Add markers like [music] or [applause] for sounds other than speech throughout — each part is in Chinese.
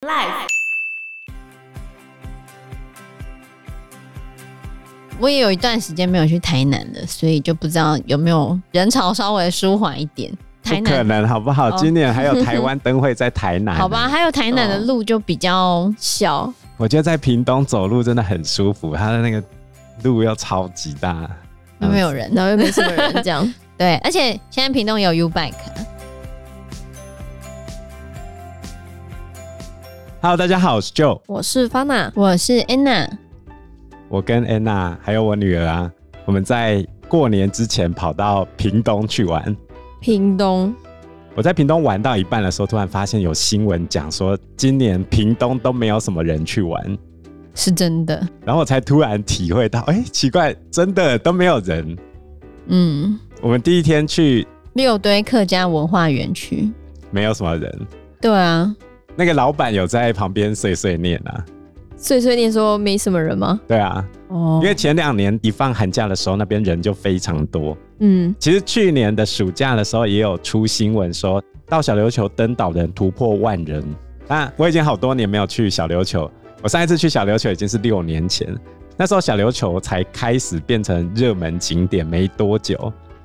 life。我也有一段时间没有去台南了，所以就不知道有没有人潮稍微舒缓一点。台不可南能好不好？哦今年还有台湾灯会在台南，好吧，？还有台南的路就比较小，我觉得在屏东走路真的很舒服，它的那个路又超级大，都嗯没有人。然后又没什么人这样。 [laughs] 对，而且现在屏东也有 U Bike， Hello，大家好，我是 Joe，我是方娜，我是 Anna，我跟 Anna 还有我女儿啊，我们在过年之前跑到屏东去玩。屏东我在屏东玩到一半的时候，突然发现有新闻讲说，今年屏东都没有什么人去玩，是真的。然后我才突然体会到，哎、奇怪，真的都没有人。嗯，我们第一天去六堆客家文化园区。没有什么人，对啊，那个老板有在旁边碎碎念啊，碎碎念说没什么人吗？对啊，哦因为前两年一放寒假的时候，那边人就非常多。嗯，其实去年的暑假的时候，也有出新闻说到小琉球登岛的人突破万人。那我已经好多年没有去小琉球，我上一次去小琉球已经是六年前，那时候小琉球才开始变成热门景点没多久，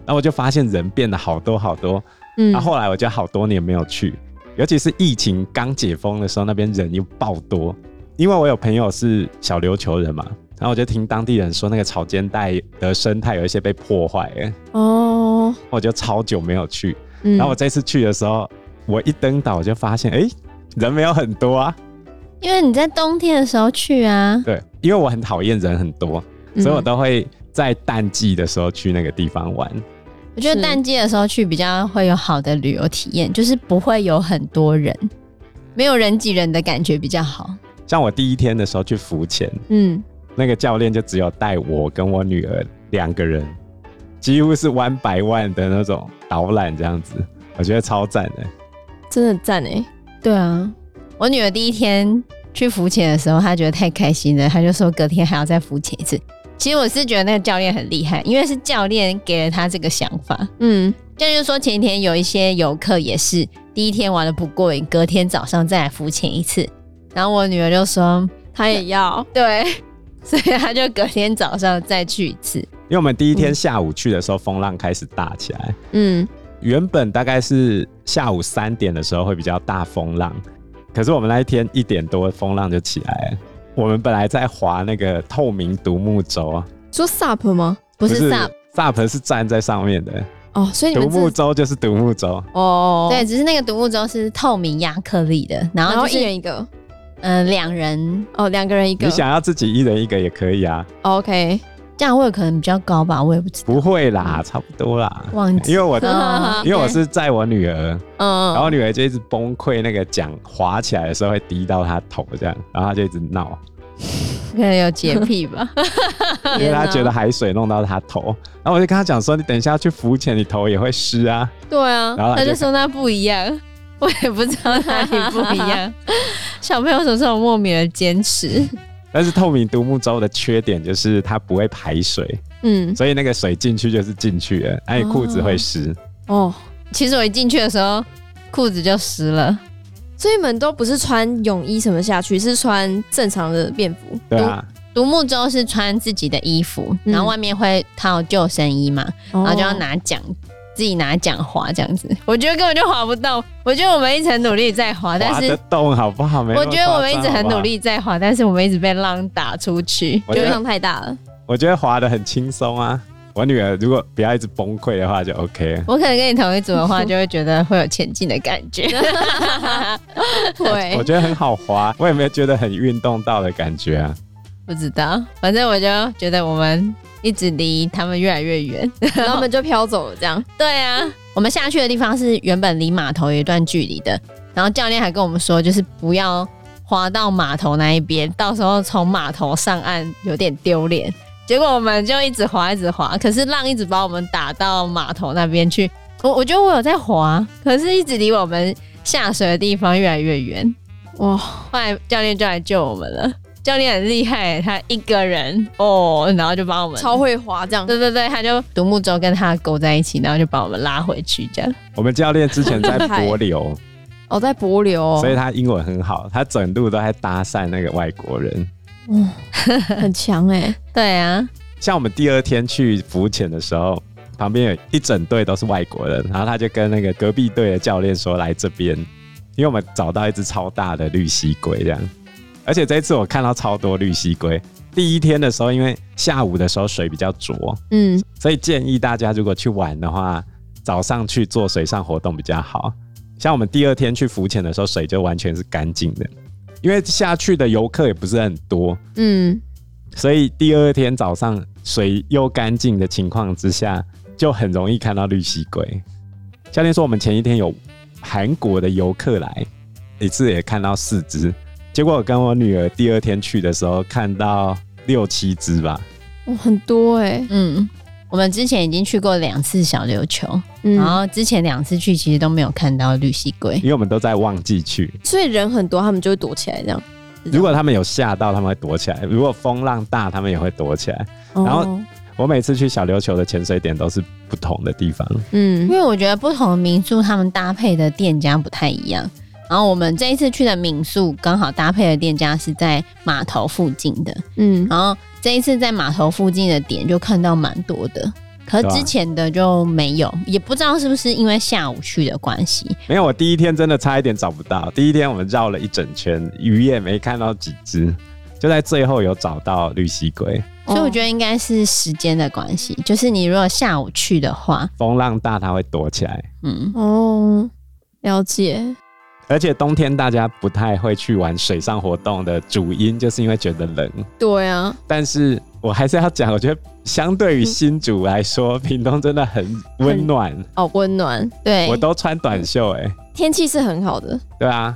然后我就发现人变得好多好多。嗯那、后来我就好多年没有去，尤其是疫情刚解封的时候，那边人又爆多。因为我有朋友是小琉球人嘛，然后我就听当地人说，那个草间带的生态有一些被破坏了。哦，我就超久没有去。嗯，然后我这次去的时候，我一登岛我就发现，哎、人没有很多 [laughs] 啊。因为你在冬天的时候去啊，对，因为我很讨厌人很多，嗯所以我都会在淡季的时候去那个地方玩。我觉得是淡季的时候去比较会有好的旅游体验，就是不会有很多人，没有人挤人的感觉比较好。像我第一天的时候去浮潜，嗯，那个教练就只有带我跟我女儿两个人，几乎是弯百万的那种导览这样子，我觉得超赞的。真的赞哎，对啊，我女儿第一天去浮潜的时候，她觉得太开心了，她就说隔天还要再浮潜一次。其实我是觉得那个教练很厉害，因为是教练给了她这个想法。嗯，教练就说前一天有一些游客也是第一天玩的不过瘾，隔天早上再来浮潜一次。然后我女儿就说他也要， [laughs] 对，所以她就隔天早上再去一次。因为我们第一天下午去的时候，风浪开始大起来，嗯，原本大概是下午三点的时候会比较大风浪，可是我们那一天一点多风浪就起来了。我们本来在划那个透明独木舟啊，说 SUP 吗？不是 SUP， SUP 是站在上面的，哦，所以你独们木这舟就是独木舟。哦，对，，只是那个独木舟是透明亚克力的，然然后后就一是人一个，嗯两、人哦，两个人一个你想要自己一人一个也可以啊， [laughs] ，OK，价位可能比较高吧，我也不知道，不会嗯啦，差不多啦。忘记因为我哦因为我是载我女儿，嗯，然后我女儿就一直崩溃，那个桨划起来的时候会滴到她头这样，然后她就一直 [laughs] 闹，可能有洁癖吧。 [laughs] 因为她天哪觉得海水弄到她头。然后我就跟她讲说，你等一下去浮潜，你头也会湿 [laughs] 啊。对啊，然后他他就就说那不一样，我也不知道哪里不一样。 [laughs] 小朋友总是有莫名的坚持，但是透明独木舟的缺点就是它不会排水，嗯，所以那个水进去就是进去了，而且裤子会湿。哦，其实我一进去的时候裤子就湿了，所以你们都不是穿泳衣什么下去，是穿正常的便服，对啊，独木舟是穿自己的衣服，嗯然后外面会套救生衣嘛，然然后就要拿桨。自己拿桨划这样子，我觉得根本就划不动。我觉得我们一直很努力在划，哦但划是得动好不好？没那我么觉得我们一直很夸张努。好力在划，但是我们一直被浪打出去。我流觉得量太大了，不好我觉得划得很轻松啊。我女儿如果不要一直崩溃的话，就 OK 了。我可能跟你同一组的话，就会觉得会有前进的感觉。 [laughs] 对我，觉得很好滑，我也没有觉得很运动到的感觉啊。不知道，反正我就觉得我们一直离他们越来越远。 [laughs] 然后我们就飘走了，这样，对啊，我们下去的地方是原本离码头有一段距离的，然后教练还跟我们说，就是不要滑到码头那一边，到时候从码头上岸有点丢脸。结果我们就一直滑，一直滑，可是浪一直把我们打到码头那边去。我我觉得我有在滑，可是一直离我们下水的地方越来越远。哇，后来教练就来救我们了。教练很厉害，他一个人哦，然后就把我们超会滑这样，对对对，他就独木舟跟他勾在一起，然后就把我们拉回去这样。我们教练之前在柏流，哦，在柏流、哦，所以他英文很好，他整路都在搭讪那个外国人。 [laughs] 很强哎、对啊，像我们第二天去浮潜的时候，旁边有一整队都是外国人，然后他就跟那个隔壁队的教练说来这边，因为我们找到一只超大的绿蜥龟这样，而且这一次我看到超多绿蜥龟。第一天的时候，因为下午的时候水比较浊，嗯，所以建议大家如果去玩的话，早上去做水上活动比较好。像我们第二天去浮潜的时候，水就完全是干净的，因为下去的游客也不是很多，嗯，所以第二天早上水又干净的情况之下，就很容易看到绿蜥龟。教练说，我们前一天有韩国的游客来，一次也看到四只，结果我跟我女儿第二天去的时候看到六七只吧。哇很多哎、嗯，我们之前已经去过两次小琉球，然嗯，后之前两次去其实都没有看到绿蜥龟，因为我们都在旺季去，所以人很多，他们就会躲起来这样。如果他们有吓到，他们会躲起来；如果风浪大，他们也会躲起来。然后哦、我每次去小琉球的潜水点都是不同的地方，嗯因，为我觉得不同的民宿他们搭配的店家不太一样。然后我们这一次去的民宿刚好搭配的店家是在码头附近的，嗯，然后这一次在码头附近的点就看到蛮多的，可是对啊之前的就没有，也不知道是不是因为下午去的关系。没有，我第一天真的差一点找不到。第一天我们绕了一整圈，鱼也没看到几只，就在最后有找到绿蜥龟。所以我觉得，得应该是时间的关系，就是你如果下午去的话，风浪大，它会躲起来。嗯，哦，了解，而且冬天大家不太会去玩水上活动的主因，就是因为觉得冷。对啊，但是我还是要讲，我觉得相对于新竹来说，屏东真的很温暖。哦，温暖，对我，都穿短袖哎、天气是很好的，对啊，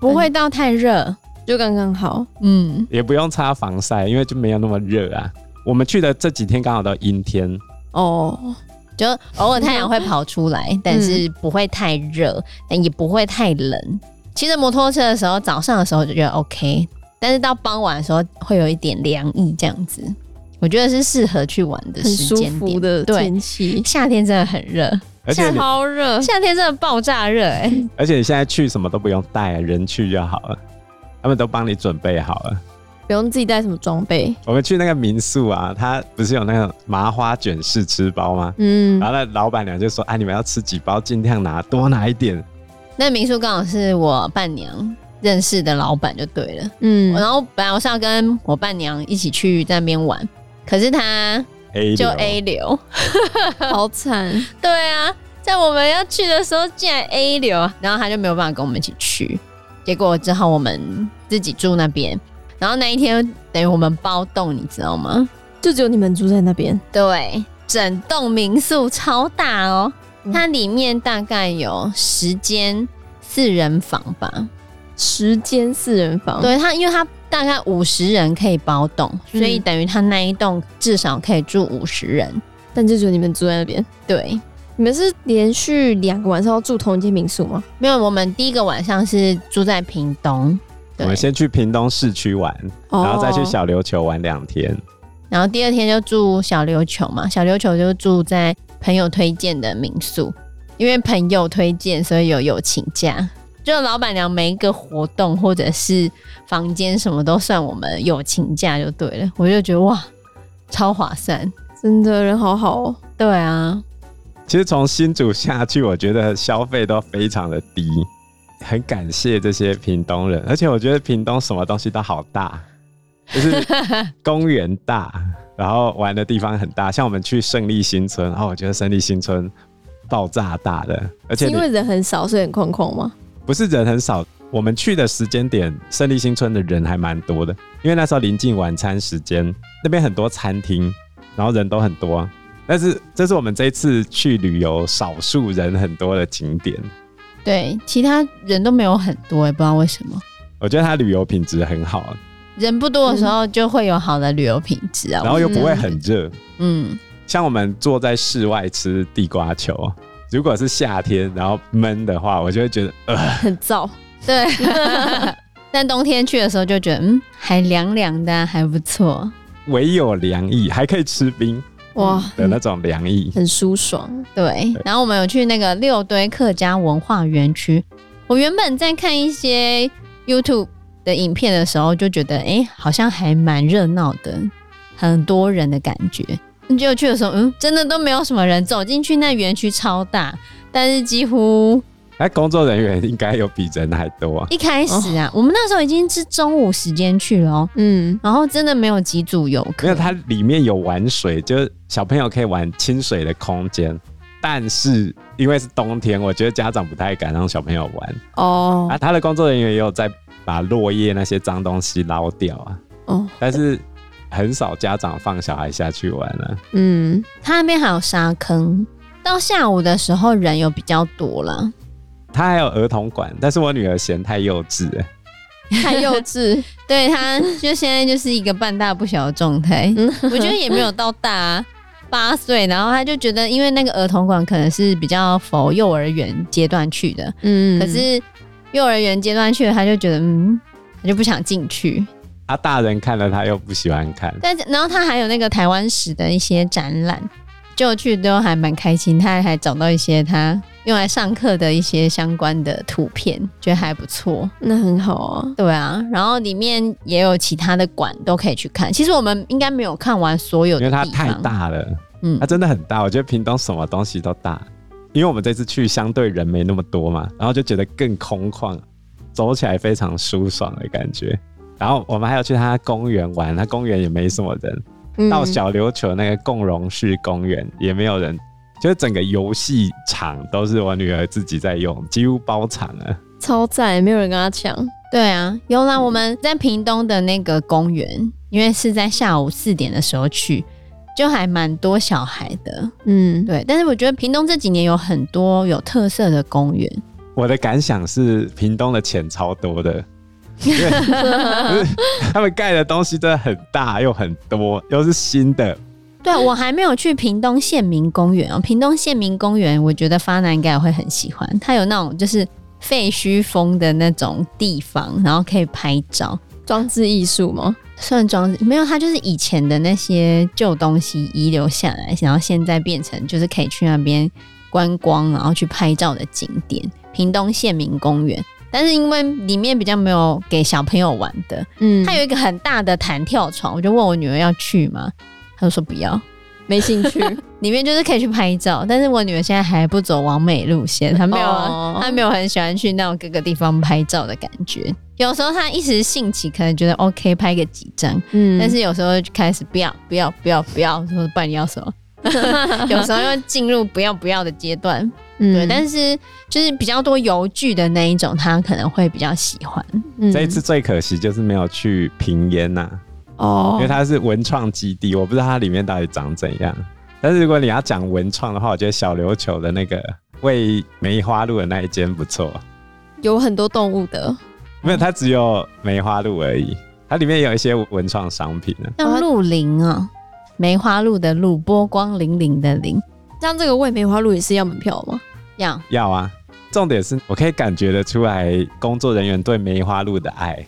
不会到太热，就刚刚好。嗯，也不用擦防晒，因为就没有那么热啊。我们去的这几天刚好都阴天，哦，就偶尔太阳会跑出来，但是嗯不会太热，但也不会太冷。骑着摩托车的时候，早上的时候就觉得 OK，但是到傍晚的时候会有一点凉意，这样子，我觉得是适合去玩的很时舒间服点的对，天气，嗯夏天真的很热，而且你超 [laughs] 热，夏天真的爆炸热哎、 [laughs] 而且你现在去什么都不用带，人去就好了，他们都帮你准备好了。不用自己带什么装备。我们去那个民宿啊，它不是有那个麻花卷试吃包吗？嗯然，后那老板娘就说：“啊，你们要吃几包，尽量拿，多拿一点。那民宿刚好是我伴娘认识的老板就对了，嗯，然后本来我是要跟我伴娘一起去在那边玩，可是她 A 哦流”就 A 流，好 [laughs] 惨，对啊，在我们要去的时候竟然 A 流，啊然后她就没有办法跟我们一起去，结果只好我们自己住那边，然后那一天等于我们包栋，你知道吗？就只有你们住在那边。对，整栋民宿超大哦，嗯它里面大概有十间四人房吧，十间四人房，，对他，因为他大概五十人可以包栋，所以哦嗯等于他那一栋至少可以住五十人。但就只有你们住在那边。对，你们是连续两个晚上要住同一间民宿吗？没有，我们第一个晚上是住在屏东，我对哦们，先去屏东市区玩，哦然后再去小琉球玩两天。然后第二天就住小琉球嘛，小琉球就住在朋友推荐的民宿，因为朋友推荐，所以有友情价。就老板娘每一个活动或者是房间什么都算我们友情价就对了，我就觉得哇，超划算。真的人好好哦。对啊，其实从新竹下去，我觉得消费都非常的低，很感谢这些屏东人，而且我觉得屏东什么东西都好大，就是公园大，然后玩的地方很大，像我们去胜利新村，然后我觉得胜利新村爆炸大的，而且是因为你人很少，所以很空旷吗？不是人很少，我们去的时间点，胜利新村的人还蛮多的，因为那时候临近晚餐时间，那边很多餐厅，然后人都很多。啊但是这是我们这一次去旅游少数人很多的景点，对，其他人都没有很多、也不知道为什么。我觉得它旅游品质很好，人不多的时候就会有好的旅游品质啊。然后又不会很热。嗯，像我们坐在室外吃地瓜球，如果是夏天然后闷的话，我就会觉得呃，很燥， [laughs] 对。但冬天去的时候就觉得，嗯，还凉凉的啊、还不错。唯有凉意，还可以吃冰哇，的嗯那种凉 [laughs] 意。很舒爽。对，然后我们有去那个六堆客家文化园区，我原本在看一些 YouTube 的影片的时候，就觉得哎、诶好像还蛮热闹的，很多人的感觉。结果去的时候，嗯，真的都没有什么人。走进去那园区超大，但是几乎哎，工作人员应该有比人还多啊。一开始哦啊，我们那时候已经是中午时间去了、哦，嗯，然后真的没有几组游客。没有，它里面有玩水，就是小朋友可以玩清水的空间，但是因为是冬天，我觉得家长不太敢让小朋友玩。哦啊，他的工作人员也有在把落叶那些脏东西捞掉啊，哦，但是很少家长放小孩下去玩啊了、嗯，它那边还有沙坑。到下午的时候人有比较多了，他还有儿童馆，但是我女儿嫌太幼稚了，太幼稚， [laughs] 对它就现在就是一个半大不小的状态。嗯我觉得也没有到大啊八岁，然后他就觉得，因为那个儿童馆可能是比较否幼儿园阶段去的，嗯，可是幼儿园阶段去了，他就觉得嗯，他就不想进去。啊，大人看了他又不喜欢看，但是然后他还有那个台湾史的一些展览，就去都还蛮开心，他还找到一些他用来上课的一些相关的图片，觉得还不错。那很好啊，对啊，然后里面也有其他的馆都可以去看。其实我们应该没有看完所有因的为地它方，太大了，嗯它真的很大。我觉得屏东什么东西都大，因为我们这次去相对人没那么多嘛，然后就觉得更空旷，走起来非常舒爽的感觉。然后我们还有去它公园玩，它公园也没什么人，嗯到小琉球那个共荣市公园也没有人，就是整个游戏场都是我女儿自己在用，几乎包场了。超赞，没有人跟他抢，对啊，有啦，我们在屏东的那个公园，因为是在下午四点的时候去，就还蛮多小孩的。嗯，对，但是我觉得屏东这几年有很多有特色的公园，我的感想是，屏东的钱超多的，因为不是他们盖的东西真的很大又很多，又是新的，对我还没有去屏东县民公园哦，屏东县民公园，我觉得发南应该也会很喜欢，它有那种就是废墟风的那种地方，然后可以拍照。装置艺术吗？算装置没有，它就是以前的那些旧东西遗留下来，然后现在变成就是可以去那边观光，然后去拍照的景点——屏东县民公园。但是因为里面比较没有给小朋友玩的，嗯，它有一个很大的弹跳床，我就问我女儿要去吗？她就说不要。没兴趣，里面就是可以去拍照，但是我女儿现在还不走完美路线，她没有，哦她没有很喜欢去那种各个地方拍照的感觉。有时候她一时兴起，可能觉得 OK 拍个几张，嗯，但是有时候就开始不要不要不要不要，说不然你要什么？ [laughs] 有时候又进入不要不要的阶段，对。对但是就是比较多油剧的那一种，他可能会比较喜欢。是这一次最可惜就是没有去平烟呐、哦因为，它是文创基地，我不知道它里面到底长怎样。但是如果你要讲文创的话，我觉得小琉球的那个喂梅花鹿的那一间不错，有很多动物的，没有，它只有梅花鹿而已，它里面有一些文创商品哦啊。像鹿林啊，梅花鹿的鹿，波光粼粼的粼，像这个喂梅花鹿也是要门票吗？要要啊，重点是我可以感觉得出来工作人员对梅花鹿的爱。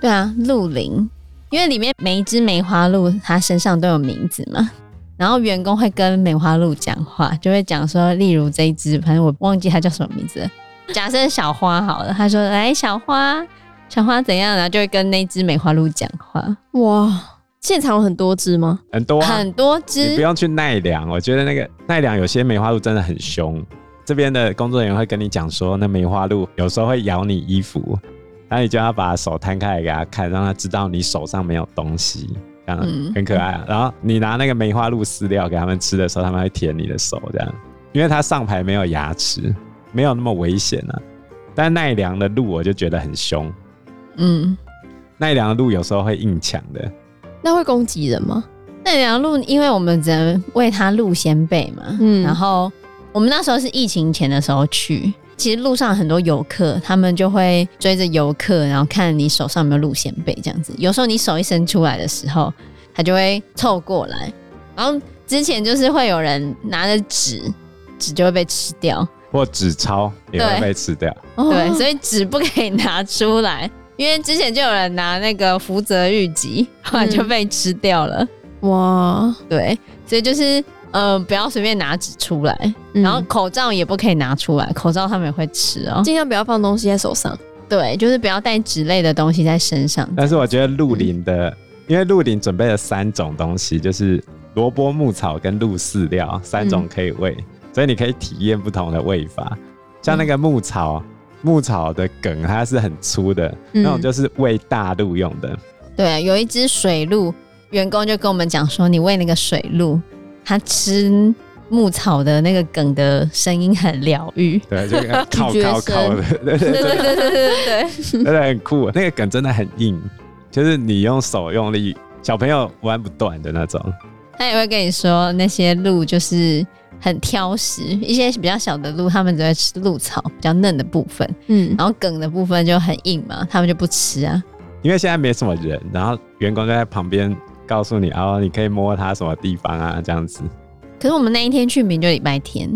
对啊，鹿林，因为里面每一只梅花鹿它身上都有名字嘛。然后员工会跟梅花鹿讲话，就会讲说，例如这一只，反正我忘记它叫什么名字了。假设小花好了，他说：“来，小花，小花怎样？”然后就会跟那只梅花鹿讲话，哇，现场有很多只吗？很多、啊，很多你不只。用去奈良，我觉得那个奈良有些梅花鹿真的很凶。这边的工作人员会跟你讲说，那梅花鹿有时候会咬你衣服，那你就要把手摊开来给它看，让它知道你手上没有东西，这样、嗯很可爱、啊。然后你拿那个梅花鹿饲料给它们吃的时候，它们会舔你的手，这样，因为它上排没有牙齿，没有那么危险啊。但奈良的鹿我就觉得很凶，嗯，奈良的鹿有时候会硬抢的，那会攻击人吗？那两鹿，因为我们只能喂它鹿先贝嘛，嗯然后我们那时候是疫情前的时候去，其实路上很多游客，他们就会追着游客，然后看你手上有没有鹿仙贝这样子。有时候你手一伸出来的时候，它就会凑过来。然后之前就是会有人拿着纸，纸就会被吃掉，或纸钞也会对被吃掉。对，所以以纸不可以拿出来，因为之前就有人拿那个福泽谕吉，后来就被吃掉了。哇，对，所以就是呃，不要随便拿纸出来，然后口罩也不可以拿出来，口罩他们也会吃哦。尽量不要放东西在手上。对，就是不要带纸类的东西在身上。但是我觉得鹿林的，因为鹿林准备了三种东西，就是萝卜、牧草跟鹿饲料三种可以喂，所以你可以体验不同的喂法。像那个牧草，牧草的梗它是很粗的，嗯那种就是喂大鹿用的。对，有一只水鹿，员工就跟我们讲说，你喂那个水鹿，它吃牧草的那个梗的声音很疗愈。对，就靠咀嚼靠靠的，对 [laughs] 对对对，对对对对对，真的很酷。那个梗真的很硬，就是你用手用力，小朋友玩不断的那种。 [laughs] 他也会跟你说那些鹿就是很挑食，一些比较小的鹿，它们只会吃鹿草比较嫩的部分，嗯，然后梗的部分就很硬嘛，它们就不吃啊。因为现在没什么人，然后员工就在旁边告诉你哦，你可以摸它什么地方啊，这样子。可是我们那一天去明就礼拜天，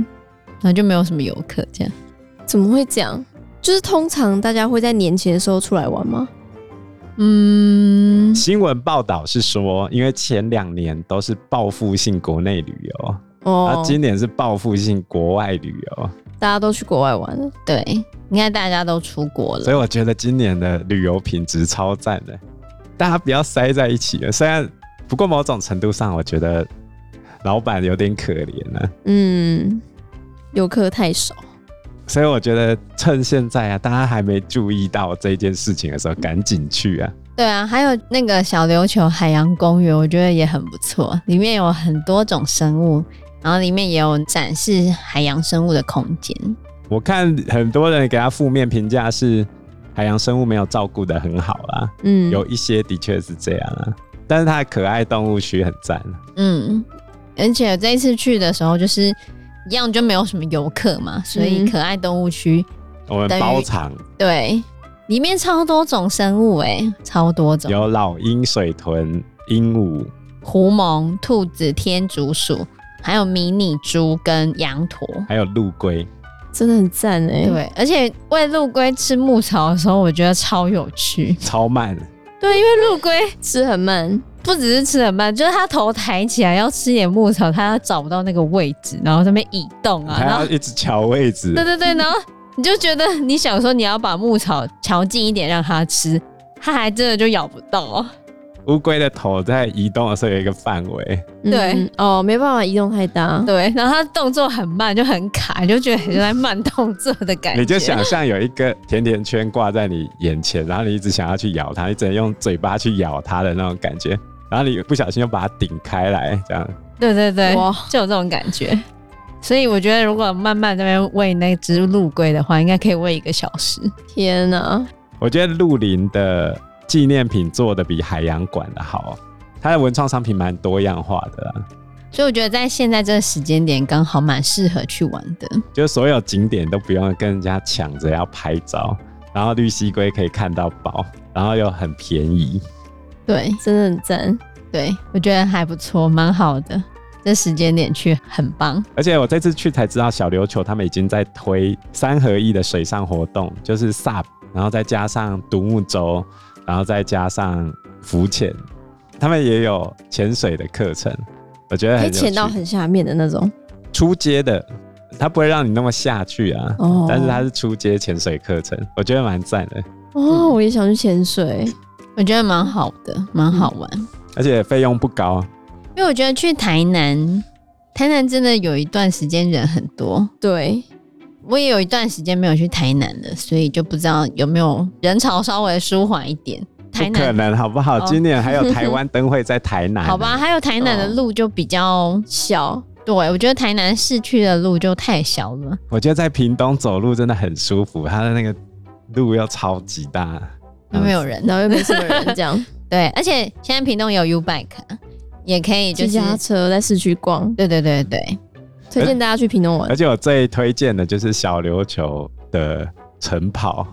然后就没有什么游客这样。怎么会这样？就是通常大家会在年前的时候出来玩吗？嗯，新闻报道是说，因为前两年都是报复性国内旅游，啊，哦，今年是报复性国外旅游，大家都去国外玩了。对，你看大家都出国了所，以我觉得今年的旅游品质超赞的，大家不要塞在一起了。虽然不过某种程度上，我觉得老板有点可怜啊了、嗯，游客太少。所以我觉得趁现在啊，大家还没注意到这件事情的时候，赶紧去啊！对啊，还有那个小琉球海洋公园，我觉得也很不错，里面有很多种生物，然后里面也有展示海洋生物的空间。我看很多人给他负面评价是海洋生物没有照顾的很好啦，嗯，有一些的确是这样啊，但是它的可爱动物区很赞。啊嗯，而且这一次去的时候，就是一样就没有什么游客嘛，所以嗯可爱动物区、我们等于包场对里面超多种生物哎、超多种有老鹰、水豚、鹦鹉，狐獴、兔子、天竺鼠，还有迷你猪跟羊驼。还有陆龟。真的很赞哎、对，而且喂陆龟吃牧草的时候，我觉得超有趣。超慢，对，因为陆龟吃很慢。不只是吃很慢，就是它头抬起来要吃点牧草，它找不到那个位置，然后在那边移动啊，还然后要一直瞧位置对，对对，然后你就觉得你想说你要把牧草瞧近一点让它吃，它还真的就咬不到、哦。乌龟的头在移动的时候有一个范围，对嗯哦，没办法移动太大。对，然后它动作很慢，就很卡，你就觉得很像在慢动作的感觉。你就想象有一个甜甜圈挂在你眼前，然后你一直想要去咬它，你只能用嘴巴去咬它的那种感觉，然后你不小心就把它顶开来，这样对对对，哇就有这种感觉。所以我觉得，如果慢慢那边喂那只陆龟的话，应该可以喂一个小时。天啊哪、我觉得鹿林的纪念品做的比海洋馆的好，它的文创商品蛮多样化的啊、所以我觉得在现在这个时间点，刚好蛮适合去玩的。就是所有景点都不用跟人家抢着要拍照，然后绿蜥龟可以看到宝，然后又很便宜。对真的很赞。对，我觉得还不错，蛮好的。这时间点去很棒。而且我这次去才知道，小琉球他们已经在推三合一的水上活动，就是 SUP，然后再加上独木舟，然后再加上浮潜，他们也有潜水的课程。我觉得可很以有潜到趣很下面的那种。出街的，它不会让你那么下去啊。哦但是它是出街潜水课程，我觉得蛮赞的，哦，我也想去潜水。我觉得蛮好的，蛮好玩。而且费用不高。因为我觉得去台南，台南真的有一段时间人很多，对，我也有一段时间没有去台南了，所以就不知道有没有人潮稍微舒缓一点。台不可南能，好不好？哦今年还有台湾灯会在台 [laughs] 南，好吧，？还有台南的路就比较、小对，我觉得台南市区的路就太小了。我觉得在屏东走路真的很舒服，它的那个路又超级大，又没有人，然后又没什么人，这 [laughs] 样对，而且现在屏东也有 U Bike，啊也可以就是，骑脚踏车在市区逛，对对对对，推荐大家去屏东玩而且我最推荐的就是小琉球的晨跑。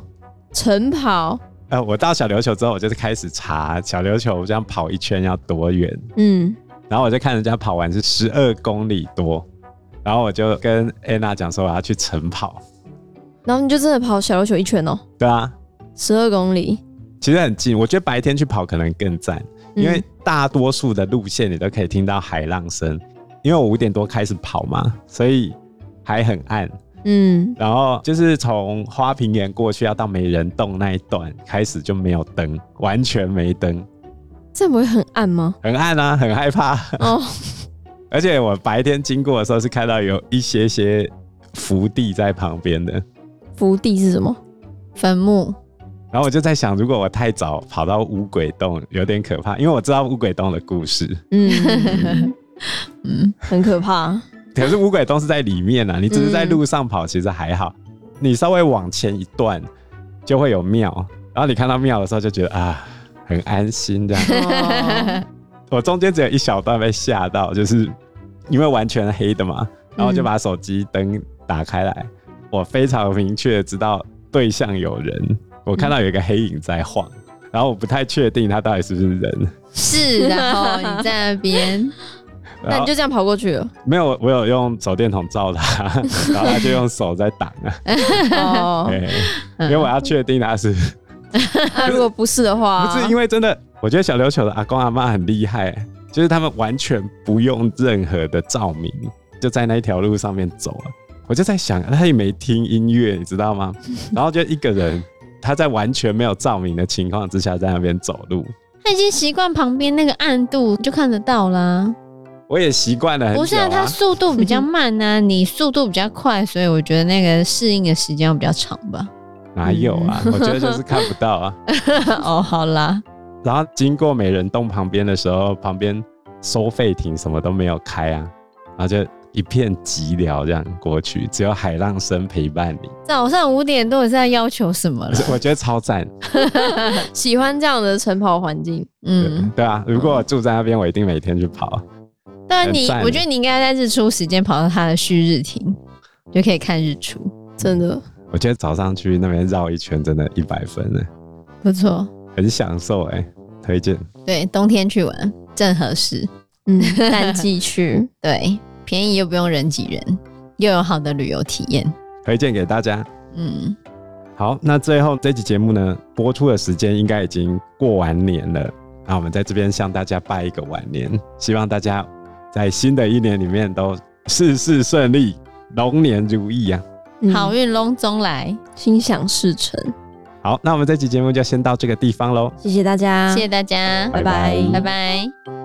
晨跑。呃，我到小琉球之后，我就是开始查小琉球这样跑一圈要多远，嗯，然后我就看人家跑完是十二公里多，然后我就跟安娜讲说我要去晨跑，然后你就真的跑小琉球一圈哦，对啊，十二公里。其实很近，我觉得白天去跑可能更赞，嗯因为大多数的路线你都可以听到海浪声，因为我五点多开始跑嘛，所以还很暗。嗯，然后就是从花瓶岩过去要到美人洞那一段开始就没有灯，完全没灯，这样不会很暗吗？很暗啊，很害怕。 [laughs] [laughs] 哦，而且我白天经过的时候是看到有一些些伏地在旁边的，伏地是什么？坟墓，然后我就在想，如果我太早跑到乌鬼洞，有点可怕，因为我知道乌鬼洞的故事。 [laughs] 嗯，嗯，很可怕。可是乌鬼洞是在里面啊，你只是在路上跑，其实还好。你稍微往前一段就会有庙，然后你看到庙的时候就觉得啊，很安心这样。哦我中间只有一小段被吓到，就是因为完全黑的嘛，嗯然后就把手机灯打开来，我非常明确地知道对象有人，我看到有一个黑影在晃，然后我不太确定他到底是不是人，是，然后你在那边， [laughs] 那然你后就这样跑过去了。没有，我有用手电筒照 [laughs] 他，然后他就用手在挡啊，哦，对，因嗯为我要确定他是那如果不是的话，不是因为真的，我觉得小琉球的阿公阿妈很厉害，就是他们完全不用任何的照明，就在那一条路上面走了。我就在想，他也没听音乐，你知道 [laughs] 吗？然后就一个人，他在完全没有照明的情况之下，在那边走路。他已经习惯旁边那个暗度，就看得到啦。我也习惯了很久、啊，不是啊，他速度比较慢啊， [laughs] 你速度比较快，所以我觉得那个适应的时间要比较长吧。哪有啊？我觉得就是看不到啊。哦，好啦，然后经过美人洞旁边的时候，旁边收费亭什么都没有开啊，然后就一片寂寥这样过去，只有海浪声陪伴你。早上五点多，你是在要求什么可了？是我觉得超赞，喜欢这样的晨跑环境，对嗯，对啊，如果我住在那边，我一定每天去跑。当然你很赞，我觉得你应该在日出时间跑到他的旭日亭，就可以看日出，真的我觉得早上去那边绕一圈，真的一百分呢，不错。很享受哎、推荐。对，冬天去玩正合适。嗯， [laughs] 淡季去对，便宜又不用人挤人，又有好的旅游体验。推荐给大家。嗯，好，那最后这期节目呢，播出的时间应该已经过完年了。那我们在这边向大家拜一个晚年，希望大家在新的一年里面都事事顺利，龙年如意啊！嗯好运隆中来，心想事成。好，那我们这期节目就先到这个地方喽，谢谢大家，谢谢大家，啊拜拜拜拜